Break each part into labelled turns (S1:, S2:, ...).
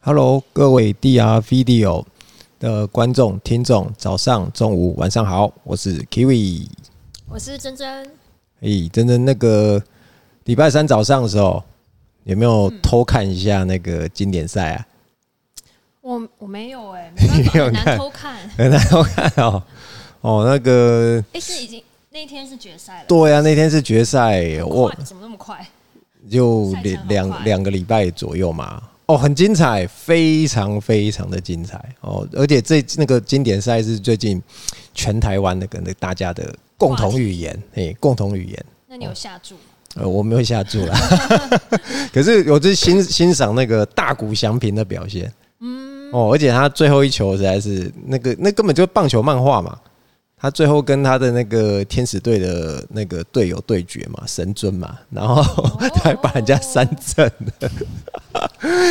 S1: Hello，各位 DR Video 的观众、听众，早上、中午、晚上好，我是 Kiwi。
S2: 我是珍珍，
S1: 诶、真真，那个礼拜三早上的时候，有没有偷看一下那个经典赛啊？
S2: 我我没有哎、没办
S1: 没
S2: 法，
S1: 有
S2: 很
S1: 看
S2: 难偷看。
S1: 很难偷看哦。哦，那个，
S2: 哎、是已经那天是决赛了，
S1: 对啊，那天是决赛，我
S2: 快怎么那么快？
S1: 就
S2: 赛
S1: 两
S2: 程很
S1: 两
S2: 快
S1: 两个礼拜左右嘛。哦，很精彩，非常非常的精彩哦！而且这那个经典赛是最近全台湾的跟大家的共同语言，诶、共同语言。
S2: 那你有下注吗？
S1: 呃，我没有下注啦， 可是我是欣欣赏那个大谷翔平的表现，嗯，哦，而且他最后一球实在是那个那根本就是棒球漫画嘛，他最后跟他的那个天使队的那个队友对决嘛，神尊嘛，然后他还把人家三振 了，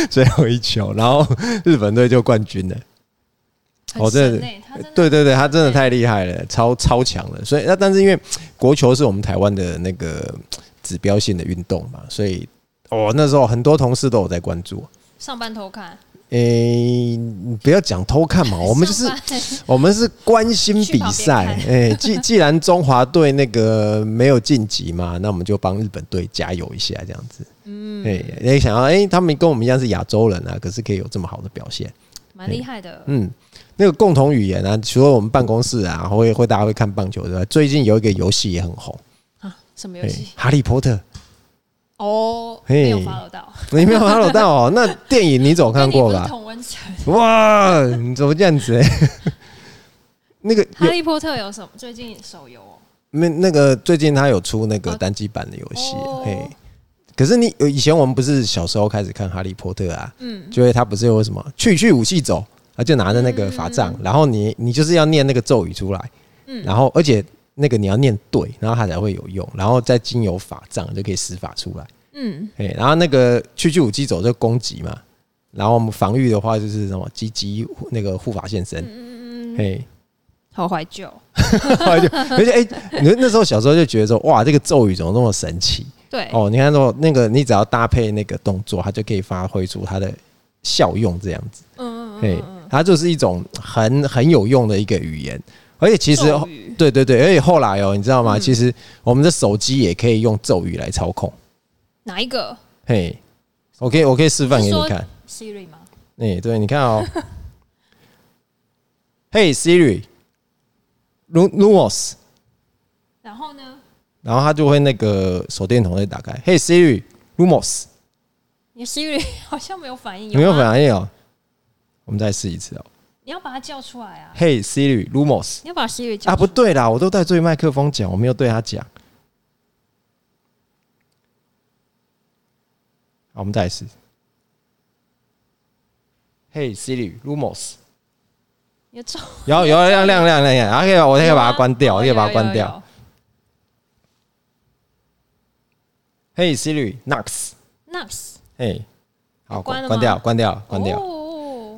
S1: 最后一球，然后日本队就冠军了。
S2: 很
S1: 这
S2: 神哎、他真的
S1: 哦对对对，他真的太厉害了，超超强了。所以那但是因为国球是我们台湾的那个指标性的运动嘛，所以哦那时候很多同事都有在关注。
S2: 上班偷看，
S1: 诶、你不要讲偷看 嘛，哦我们就是
S2: 上班
S1: 我们是关心比赛。
S2: 去旁边
S1: 诶、既既然中华队那个没有晋级嘛，那我们就帮日本队加油一下，这样子。嗯，诶、也想要诶、他们跟我们一样是亚洲人啊，可是可以有这么好的表现。
S2: 蛮厉害的。
S1: 嗯，那个共同语言啊，除了我们办公室啊，会会大家会看棒球之外，最近有一个游戏也很红，
S2: 啊，什么游
S1: 嘿
S2: 戏？
S1: 哈利波特》。
S2: 哦、
S1: 嘿
S2: 没有 follow 到。
S1: 你没有哈罗到哦？ 那电影你总看过
S2: 那你不是
S1: 吧？
S2: 同温层。
S1: 哇，你怎么这样子、 欸？那个
S2: 哈
S1: 有
S2: 利波特有什么？最近手游哦、
S1: 那那个最近他有出那个单机版的游戏，
S2: 哦
S1: 嘿。可是你以前我们不是小时候开始看《哈利波特》啊，
S2: 嗯，
S1: 就会他不是有什么去去武器走，他就拿着那个法杖，然后你你就是要念那个咒语出来，
S2: 嗯
S1: 然后而且那个你要念对，然后它才会有用，然后再经由法杖就可以施法出来，
S2: 嗯，
S1: 哎，然后那个去去武器走就攻击嘛，然后我们防御的话就是什么积极那个护法现身，嗯嘿，
S2: 好怀旧。
S1: 后来就而且哎，你那时候小时候就觉得说哇，这个咒语怎么那么神奇，
S2: 对，
S1: 哦，你看说那个，你只要搭配那个动作，它就可以发挥出它的效用，这样子。
S2: 嗯嗯
S1: 对
S2: 嗯，嗯，
S1: 它就是一种很很有用的一个语言，而且其实
S2: 咒语嗯
S1: 对对对，而且后来哦，你知道吗？其实我们的手机也可以用咒语来操控。
S2: 哪一个
S1: 嘿，我可以我可以示范给你
S2: 哦是说
S1: 看。
S2: Siri 吗？
S1: 哎、对，你看哦。 嘿 Siri，Lumos，
S2: 然后呢？
S1: 然后它就会那个手电筒会打开。嘿 Siri，Lumos。
S2: 你的 Siri 好像没有啊反应，
S1: 有没有
S2: 吗
S1: 反应哦？我们再试一次哦。
S2: 你要把它叫出来啊！
S1: Hey Siri，Lumos
S2: 你要把 Siri 叫
S1: 啊，
S2: 出
S1: 不
S2: 来
S1: 对啦，我都在对麦克风讲，我没有对他讲。好，我们再来试。Hey Siri，Lumos，
S2: 你的咒
S1: 有有亮亮亮亮亮，然后可以把我可以
S2: 有
S1: 把
S2: 吗
S1: 它关掉，
S2: 哦
S1: 可以把它
S2: 有有
S1: 关掉
S2: 有。
S1: Hey Siri，Knox，
S2: Nux
S1: 嘿，好，
S2: 关
S1: 关
S2: 了吗
S1: 关掉，关掉，关掉。
S2: 哦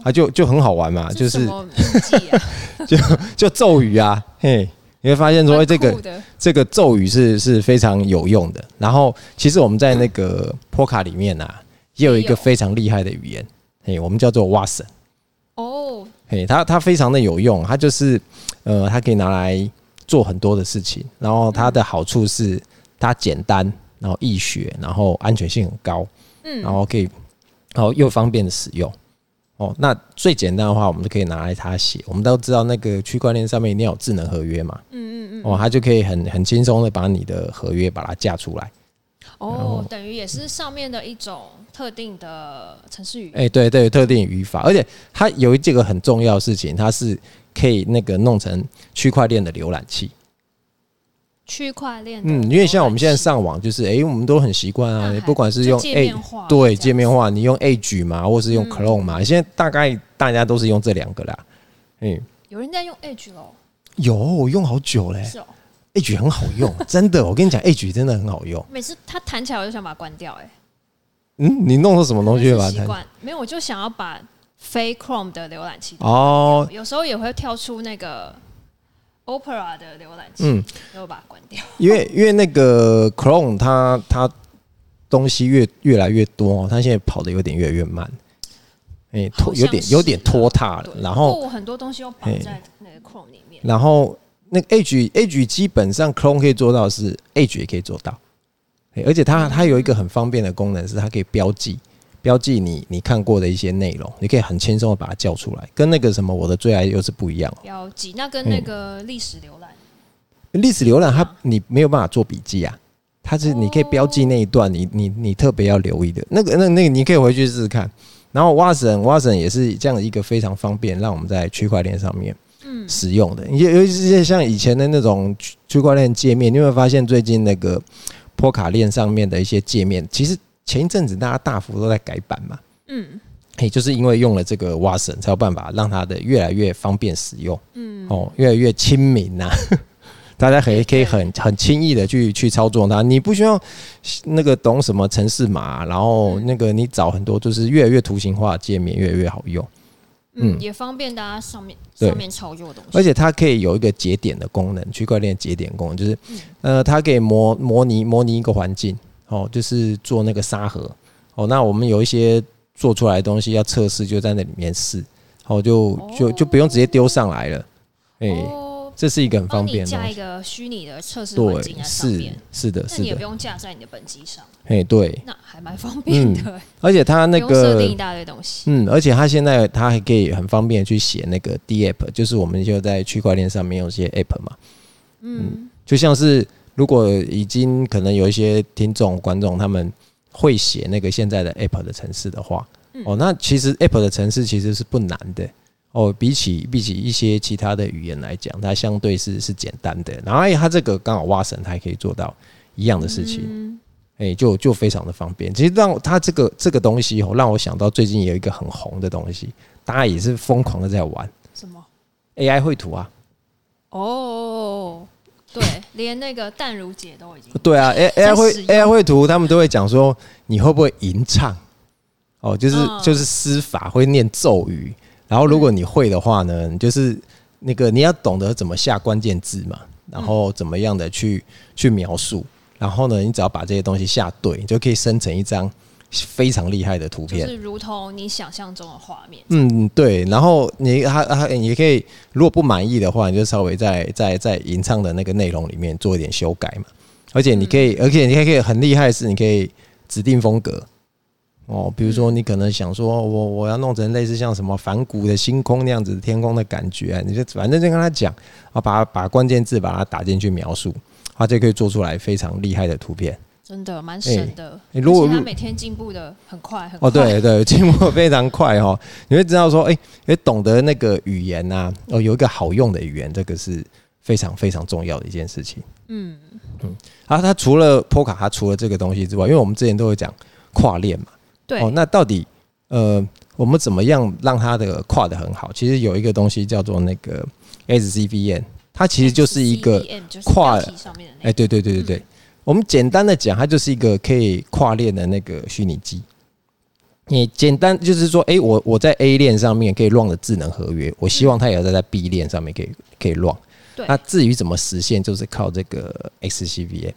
S1: 啊，就就很好玩嘛，就
S2: 这什
S1: 是
S2: 么秘技啊？
S1: 就就咒语啊，嘿， 你会发现说哎
S2: 蛮
S1: 这个
S2: 酷的
S1: 这个咒语是是非常有用的。然后，其实我们在那个 p 卡里面啊，也有一
S2: 也
S1: 个
S2: 有
S1: 非常厉害的语言，嘿，我们叫做 Watson，
S2: 哦，
S1: 嘿，它它非常的有用，它就是呃，它可以拿来做很多的事情。然后它的好处是它简单，然后易学，然后安全性很高，
S2: 嗯
S1: 然后可以，然后又方便的使用。哦，那最简单的话，我们就可以拿来它写。我们都知道那个区块链上面一定要有智能合约嘛，
S2: 嗯嗯
S1: 哦，它就可以很很轻松的把你的合约把它架出来。
S2: 嗯，哦，等于也是上面的一种特定的程式语
S1: 哎、
S2: 言，
S1: 对对，特定语法，而且它有这个很重要的事情，它是可以那个弄成区块链的浏览器。
S2: 区块链的
S1: 嗯，因为像我们现在上网，就是哎、我们都很习惯啊，
S2: 那还
S1: 不管是
S2: 就
S1: 用
S2: 界
S1: A
S2: 面化这
S1: 对
S2: 样嗯
S1: 界面化，你用 Edge 嘛，或是用 Chrome 嘛，现在大概大家都是用这两个啦。嗯，
S2: 有人在用 Edge 咯，
S1: 有我用好久嘞、
S2: 是哦，
S1: e d g e 很好用，真的，我跟你讲，Edge 真的很好用。
S2: 每次它弹起来我就想把它关掉，哎，
S1: 嗯，你弄到什么东西
S2: 是
S1: 会把
S2: 习
S1: 它弹？
S2: 惯没有，我就想要把非 Chrome 的浏览器，
S1: 哦，
S2: 有时候也会跳出那个 Opera 的浏览器，
S1: 嗯，
S2: 然后把它关掉，
S1: 因为因为那个 Chrome 它哦它东西越越来越多，它现在跑的有点越来越慢。哎、
S2: 好
S1: 拖有
S2: 像
S1: 点
S2: 是
S1: 有点
S2: 啊
S1: 拖沓了
S2: 对，
S1: 然
S2: 不
S1: 后
S2: 过我很多东西都绑
S1: 嘿
S2: 在那个 Chrome 里面，
S1: 然后那个 Edge Edge 基本上 Chrome 可以做到的是 Edge 也可以做到，诶而且它它有一个很方便的功能是它可以标记标记你你看过的一些内容，你可以很轻松的把它叫出来，跟那个什么我的最爱又是不一样哦。
S2: 标记那跟那个历史浏览，
S1: 历史浏览它
S2: 啊哦
S1: 你没有办法做笔记啊，它是你可以标记那一段你你你特别要留意的那个那那个你可以回去试试看。然后 Watson Watson 也是这样一个非常方便，让我们在区块链上面
S2: 嗯，
S1: 使用的，尤尤其是像以前的那种区区块链界面，你有没有发现最近那个波卡链上面的一些界面，其实前一阵子大家大幅都在改版嘛，
S2: 嗯
S1: 也就是因为用了这个 Watson 才有办法让它的越来越方便使用，嗯，哦，越来越亲民呐、 大家可以可以很很轻易的去去操作它，你不需要那个懂什么城市码，然后那个你找很多就是越来越图形化的界面，越来越好用。
S2: 嗯，也方便大家上面
S1: 对
S2: 上面操作的东西，
S1: 而且它可以有一个节点的功能，区块链节点功能就是，
S2: 嗯
S1: 呃，它可以模模拟模拟一个环境，哦，就是做那个沙盒，哦，那我们有一些做出来的东西要测试，就在那里面试，哦，就就就不用直接丢上来了，哎、
S2: 哦，
S1: 这是一个很哎方
S2: 帮你
S1: 便的
S2: 加
S1: 东
S2: 一
S1: 西，
S2: 个虚拟的测试环境在
S1: 对，
S2: 上
S1: 是
S2: 面，
S1: 是的，
S2: 那
S1: 是
S2: 你也不
S1: 的，
S2: 用架在你的本机上，
S1: 哎，对，
S2: 那还蛮方便的，
S1: 而且它嗯那
S2: 不用设定
S1: 个
S2: 一大堆东西，
S1: 嗯，而且它现在它还可以很方便地去写那个 D app，就是我们就在区块链上面有一些 app 嘛，
S2: 嗯，
S1: 就像是如果已经可能有一些听众观众他们会写那个现在的 App 的程式的话，
S2: 嗯
S1: 哦，那其实 App 的程式其实是不难的哦，比起比起一些其他的语言来讲，它相对是是简单的。然后哎它这个刚好挖神，它也可以做到一样的事情，
S2: 嗯
S1: 哎、就就非常的方便。其实让我它这个这个东西哦，让我想到最近有一个很红的东西，大家也是疯狂的在玩
S2: 什么？
S1: 嗯 AI 绘图啊。
S2: 哦，对，连那个淡如姐都已经
S1: 对啊，A
S2: 在
S1: A 绘
S2: 使用
S1: A 绘图，他们都会讲说你会不会吟唱，哦，就是、
S2: 嗯
S1: 就是施法会念咒语，然后如果你会的话呢，你就是那个你要懂得怎么下关键字嘛，
S2: 嗯
S1: 然后怎么样的去去描述，然后呢，你只要把这些东西下对，你就可以生成一张非常厉害的图
S2: 就
S1: 片。
S2: 是如同你想象中的画面，
S1: 嗯，对，然后你还还你可以，如果不满意的话，你就稍微在在在吟唱的那个内容里面做一点修改嘛。而且你可以，而且你还可以很厉害的是，你可以指定风格哦。比如说，你可能想说哦我我要弄成类似像什么反古的星空那样子天空的感觉、啊，你就反正就跟他讲啊，把把关键字把它打进去描述，他就可以做出来非常厉害的图片。
S2: 真的蛮神的。
S1: 哎如果
S2: 而且他每天进步的很快，很快。
S1: 哦，对对， 进步非常快哦，你会知道说，哎、也懂得那个语言呐、哦，有一个好用的语言，这个是非常非常重要的一件事情。
S2: 嗯
S1: 啊，它除了 p o 卡，它除了这个东西之外，因为我们之前都有讲跨链嘛，
S2: 对，
S1: 哦，那到底呃，我们怎么样让它的跨的很好？其实有一个东西叫做那个 SCVN，它其实就是一个
S2: CDM 就是
S1: 跨
S2: 标题上面的
S1: 哎、
S2: 那个
S1: 对对对对对，我们简单的讲，它就是一个可以跨链的那个虚拟机。你简单就是说，哎、我我在 A 链上面可以 run 的智能合约，我希望它也在在 B 链上面可以可以 run。
S2: 对
S1: 那至于怎么实现，就是靠这个 XCVM。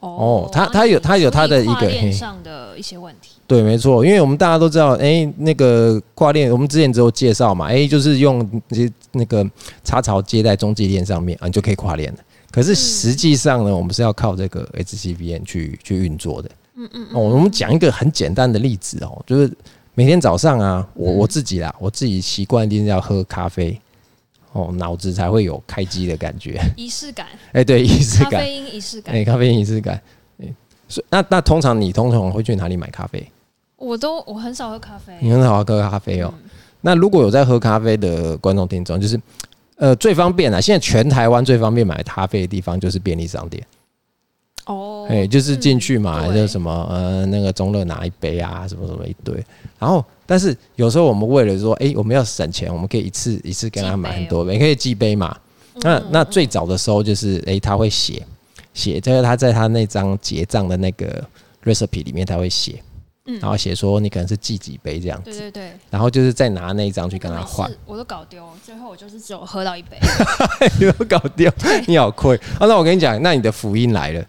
S1: 哦
S2: 哦
S1: 它它有它有它的一个
S2: 那你处理跨
S1: 嘿
S2: 链上的一些问题，
S1: 对，没错，因为我们大家都知道，哎、那个跨链，我们之前只有介绍嘛，哎、就是用那些那个插槽接在中继链上面啊，你就可以跨链了。可是实际上呢，我们是要靠这个 HCVN 去去运作的。嗯嗯哦，我们讲一个很简单的例子哦，就是每天早上啊，我我自己啦，我自己习惯一定要喝咖啡，哦，脑子才会有开机的感觉。
S2: 仪式感，
S1: 哎、对，仪式
S2: 咖
S1: 感，
S2: 啡因仪式
S1: 哎、
S2: 感，
S1: 咖啡因仪式感。哎所以那那通常你通常会去哪里买咖啡？
S2: 我都我很少喝咖啡，
S1: 你很好喝咖啡哦。那如果有在喝咖啡的观众听众，就是呃最方便啊，现在全台湾最方便买咖啡的地方就是便利商店，
S2: 哦，
S1: 哎、就是进去嘛，
S2: 对
S1: 就什么呃那个中乐拿一杯啊，什么什么一堆。然后，但是有时候我们为了说，哎、我们要省钱，我们可以一次一次跟他买很多杯，可以寄杯嘛。那那最早的时候就是，哎、他会写写，就是他在他那张结账的那个 recipe 里面他会写，然后写说你可能是寄几杯这样
S2: 对
S1: 子。
S2: 对对，
S1: 然后就是再拿那一张去跟
S2: 那
S1: 他
S2: 每
S1: 换
S2: 次，我都搞丢，最后我就是只有喝 到一杯，
S1: 你都搞掉，你好亏啊！那我跟你讲，那你的福音来了。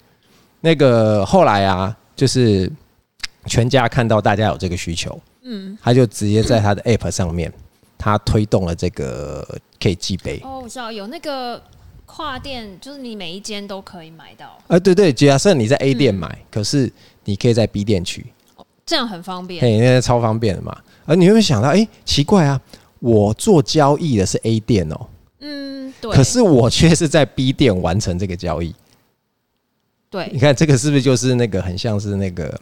S1: 那个后来啊，就是全家看到大家有这个需求，嗯，他就直接在他的 App 上面，他推动了这个可以寄杯。
S2: 哦，我知道有那个跨店，就是你每一间都可以买到，
S1: 啊，对对，假设你在 A
S2: 嗯
S1: 店买，可是你可以在 B 店取，
S2: 这样很方便。
S1: 嘿，那超方便的嘛。而你会想到，哎、奇怪啊，我做交易的是 A 店哦、
S2: 嗯，对。
S1: 可是我却是在 B 店完成这个交易。
S2: 对
S1: 你看这个是不是就是那个很像是那个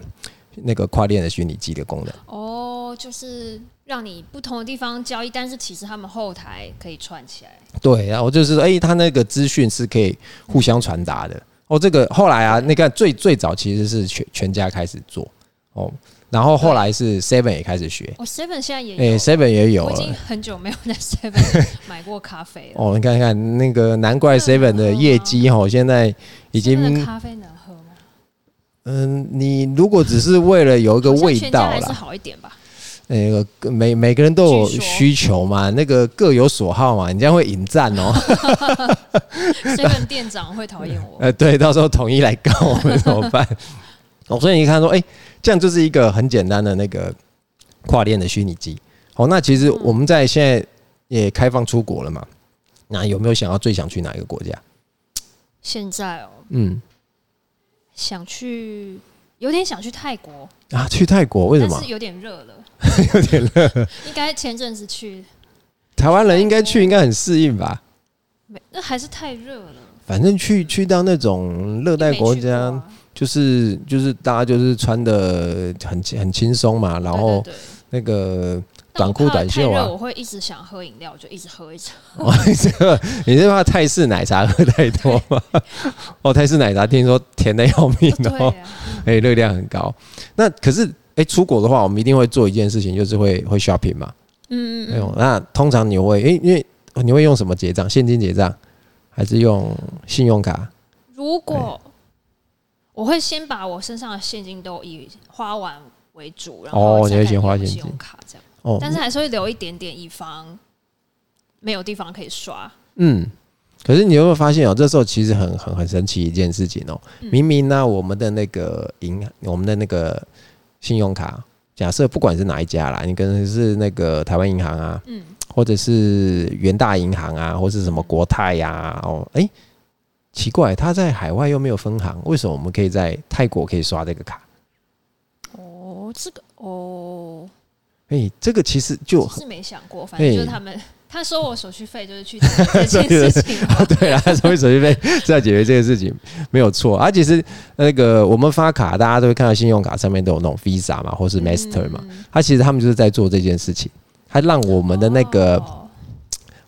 S1: 那个跨链的虚拟机的功能？
S2: 哦，就是让你不同的地方交易，但是其实他们后台可以串起来。
S1: 对，然后就是说，哎、它那个资讯是可以互相传达的。哦，这个后来啊，那个最最早其实是全全家开始做哦，然后后来是 Seven 也开始学，
S2: 哦，Seven 现在也有，
S1: 哎、s e v e n 也有
S2: 我已经
S1: 了。
S2: 很久没有在 Seven 买过咖 啡了。
S1: 哦，你看看那个，难
S2: 嗯
S1: 怪 Seven 的业绩哦，现在已
S2: Seven 嗯的
S1: 经，
S2: 咖啡能喝吗？
S1: 嗯，你如果只是为了有一个
S2: 好像
S1: 味
S2: 全家
S1: 道
S2: 还是
S1: 啦，
S2: 好一点 吧。
S1: 那个每每个人都有
S2: 据说
S1: 需求嘛，那个各有所好嘛，你这样会引战哦。
S2: Seven 店长会讨厌我。
S1: 呃，对，到时候统一来告我们怎么办？哦，所以你看说，哎、这样就是一个很简单的那个跨链的虚拟机。好、那其实我们在现在也开放出国了嘛，那有没有想要最想去哪一个国家？
S2: 现在哦，
S1: 嗯，
S2: 想去，有点想去泰国，
S1: 啊，去泰国为什
S2: 但
S1: 么
S2: 是？有点热 了，有点热。应该前阵子去，
S1: 台湾人应该去，应该很适应吧？
S2: 没，那还是太热了。
S1: 反正去去到那种热带
S2: 没去
S1: 国
S2: 过
S1: 家，
S2: 啊
S1: 就是就是大家就是穿的很轻很轻松嘛，然后
S2: 对对对
S1: 那个
S2: 但
S1: 短
S2: 我
S1: 裤
S2: 怕
S1: 短
S2: 太
S1: 袖啊
S2: 热我会一直想喝饮料，我就一直喝一 直喝。
S1: 哦，你这个你是怕泰式奶茶喝太多吗？哦，泰式奶茶听说甜的要命哦
S2: 对，啊，
S1: 哎、热量很高。那可是哎、出国的话，我们一定会做一件事情，就是会会 shopping 嘛。
S2: 嗯
S1: 哎
S2: 嗯
S1: 呦，那通常你会哎、因为你会用什么结账？现金结账还是用信用卡？
S2: 嗯，如果
S1: 哎
S2: 我会先把我身上的现金都以花完为主，然后
S1: 哦
S2: 再
S1: 你会
S2: 来
S1: 先花
S2: 用
S1: 现
S2: 信用
S1: 金
S2: 卡这样，
S1: 哦，
S2: 但是还是会留一点点，以防没有地方可以刷。
S1: 嗯，可是你有没有发现哦、这时候其实很很很神奇一件事情哦、
S2: 嗯
S1: 明明呢、我们的那个银，我们的那个信用卡，假设不管是哪一家啦，你可能是那个台湾银行啊，
S2: 嗯
S1: 或者是元大银行啊，或是什么国泰呀、哦，哎、奇怪，它在海外又没有分行，为什么我们可以在泰国可以刷这个卡？
S2: 哦，这个哦，
S1: 哎、这个其实就很
S2: 是没想过，反正就
S1: 嘿
S2: 是他们，他收我手续费就是去这件事情嘛。
S1: 对啊，所以手续费 是要解决这个事情，没有错。而、且是那个我们发卡，大家都会看到信用卡上面都有那种 Visa 嘛，或是 Master 嘛，
S2: 嗯
S1: 它、其实他们就是在做这件事情，它让 我们的那个
S2: 哦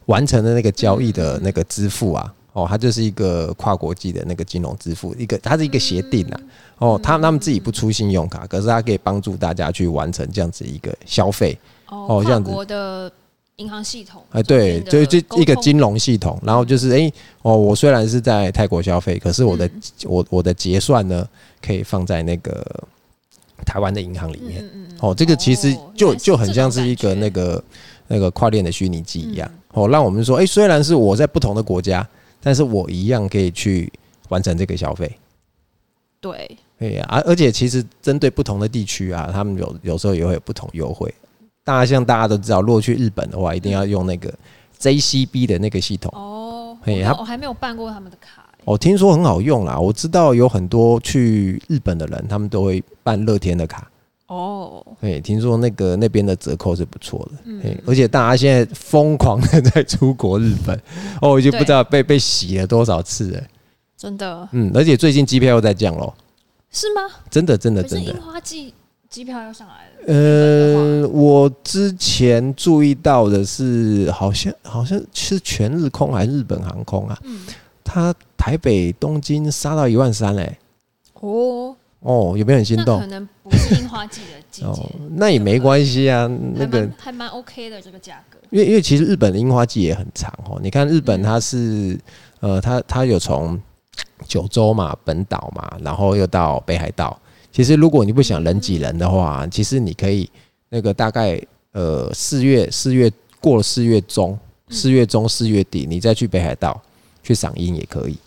S1: 完成的那个交易的那个支付啊，哦，它就是一个跨国际的那个金融支付，一个它是一个协定啊。哦，他他们自己不出信用卡，可是它可以帮助大家去完成这样子一个消费。
S2: 哦，
S1: 哦这
S2: 跨
S1: 样子
S2: 国的银行系统，
S1: 哎，对，
S2: 中
S1: 就
S2: 间的
S1: 就一个
S2: 沟通
S1: 金融系统，然后就是哎、哦，我虽然是在泰国消费，可是我的、我我的结算呢，可以放在那个台湾的银行里
S2: 嗯
S1: 面。
S2: 嗯嗯，
S1: 哦，这个其实
S2: 哦
S1: 就、
S2: 原来是
S1: 就很像是一
S2: 这
S1: 个
S2: 种
S1: 那
S2: 感觉
S1: 个那个跨链的虚拟机一样。哦，让我们说，哎、虽然是我在不同的国家，但是我一样可以去完成这个消费。
S2: 对，
S1: 对呀、啊，而且其实针对不同的地区啊，他们有有时候也会有不同优惠。大家像大家都知道，如果去日本的话，一定要用那个 JCB 的那个系统。
S2: 嗯哦，
S1: 嘿
S2: 我
S1: 他
S2: 我还没有办过他们的卡，哎
S1: 哦，听说很好用啦。我知道有很多去日本的人，他们都会办乐天的卡。
S2: 哦，
S1: 对，听说那个那边的折扣是不错的。
S2: 嗯
S1: 嗯，而且大家现在疯狂的 在出国日本，哦，我已经不知道被被洗了多少次了。
S2: 真的
S1: 嗯，而且最近机票又在降喽，
S2: 是吗？
S1: 真的，真的，
S2: 可是
S1: 真的
S2: 樱。花季机票要上来了，
S1: 呃，我之前注意到的是，好像好像是全日空还是日本航空啊？
S2: 嗯，
S1: 它台北、东京杀到一万三嘞、
S2: 哦，
S1: 哦，有没有很心
S2: 那
S1: 动
S2: 可？能不是樱花季的季
S1: 哦
S2: 节，，
S1: 那也没关系啊。那
S2: 还
S1: 个
S2: 蛮，还蛮 OK 的这个价格，
S1: 因为因为其实日本的樱花季也很长哦。你看日本
S2: 嗯
S1: 它是、呃，它它有从九州嘛、本岛嘛，然后又到北海道。其实如果你不想人挤人的话，其实你可以那个大概呃四月四月过
S2: 嗯
S1: 了四月中，四月中四月底你再去北海道去赏樱也可以。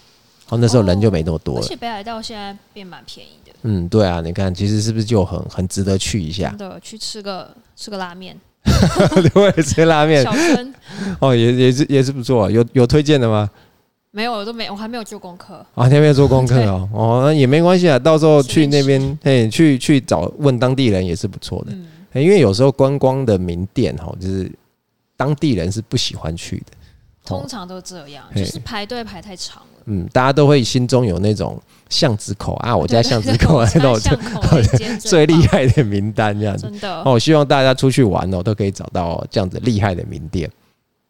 S1: 然后那时候人就没那么多
S2: 哦而
S1: 了。
S2: 且北海道现在变蛮便宜的，
S1: 嗯，对啊，你看，其实是不是就很很值得去一下
S2: 真？的去吃个吃个拉面，
S1: 对，吃拉面
S2: 小春
S1: 哦，也也是也是不错、啊有有推荐的吗？
S2: 没有，我都没，我还没有做功课。
S1: 啊，你还没有做功课哦，哦，那也没关系啊，到时候去那边，嘿，去去找问当地人也是不错的、
S2: 嗯，
S1: 嘿因为有时候观光的名店哈，就是当地人是不喜欢去的，
S2: 通常都这样，
S1: 嘿
S2: 就是排队排太长了。
S1: 嗯，大家都会心中有那种巷子口啊，我家
S2: 对对
S1: 巷子
S2: 对
S1: 口
S2: 我
S1: 啊
S2: 家
S1: 那种
S2: 巷口那一 间
S1: 最
S2: 棒
S1: 厉，害的名单这样子。
S2: 真的。
S1: 哦，希望大家出去玩哦，都可以找到这样子厉害的名店。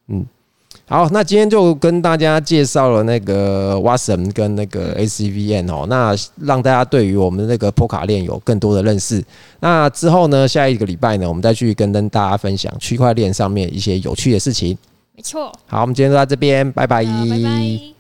S1: 嗯，好，那今天就跟大家介绍了那个 Watson 跟那个 ACVN 哦，那让大家对于我们那个 p o 卡链有更多的认识。那之后呢，下一个礼拜呢，我们再去跟跟大家分享区块链上面一些有趣的事情。
S2: 没错。
S1: 好，我们今天就到这边，拜
S2: 那拜拜。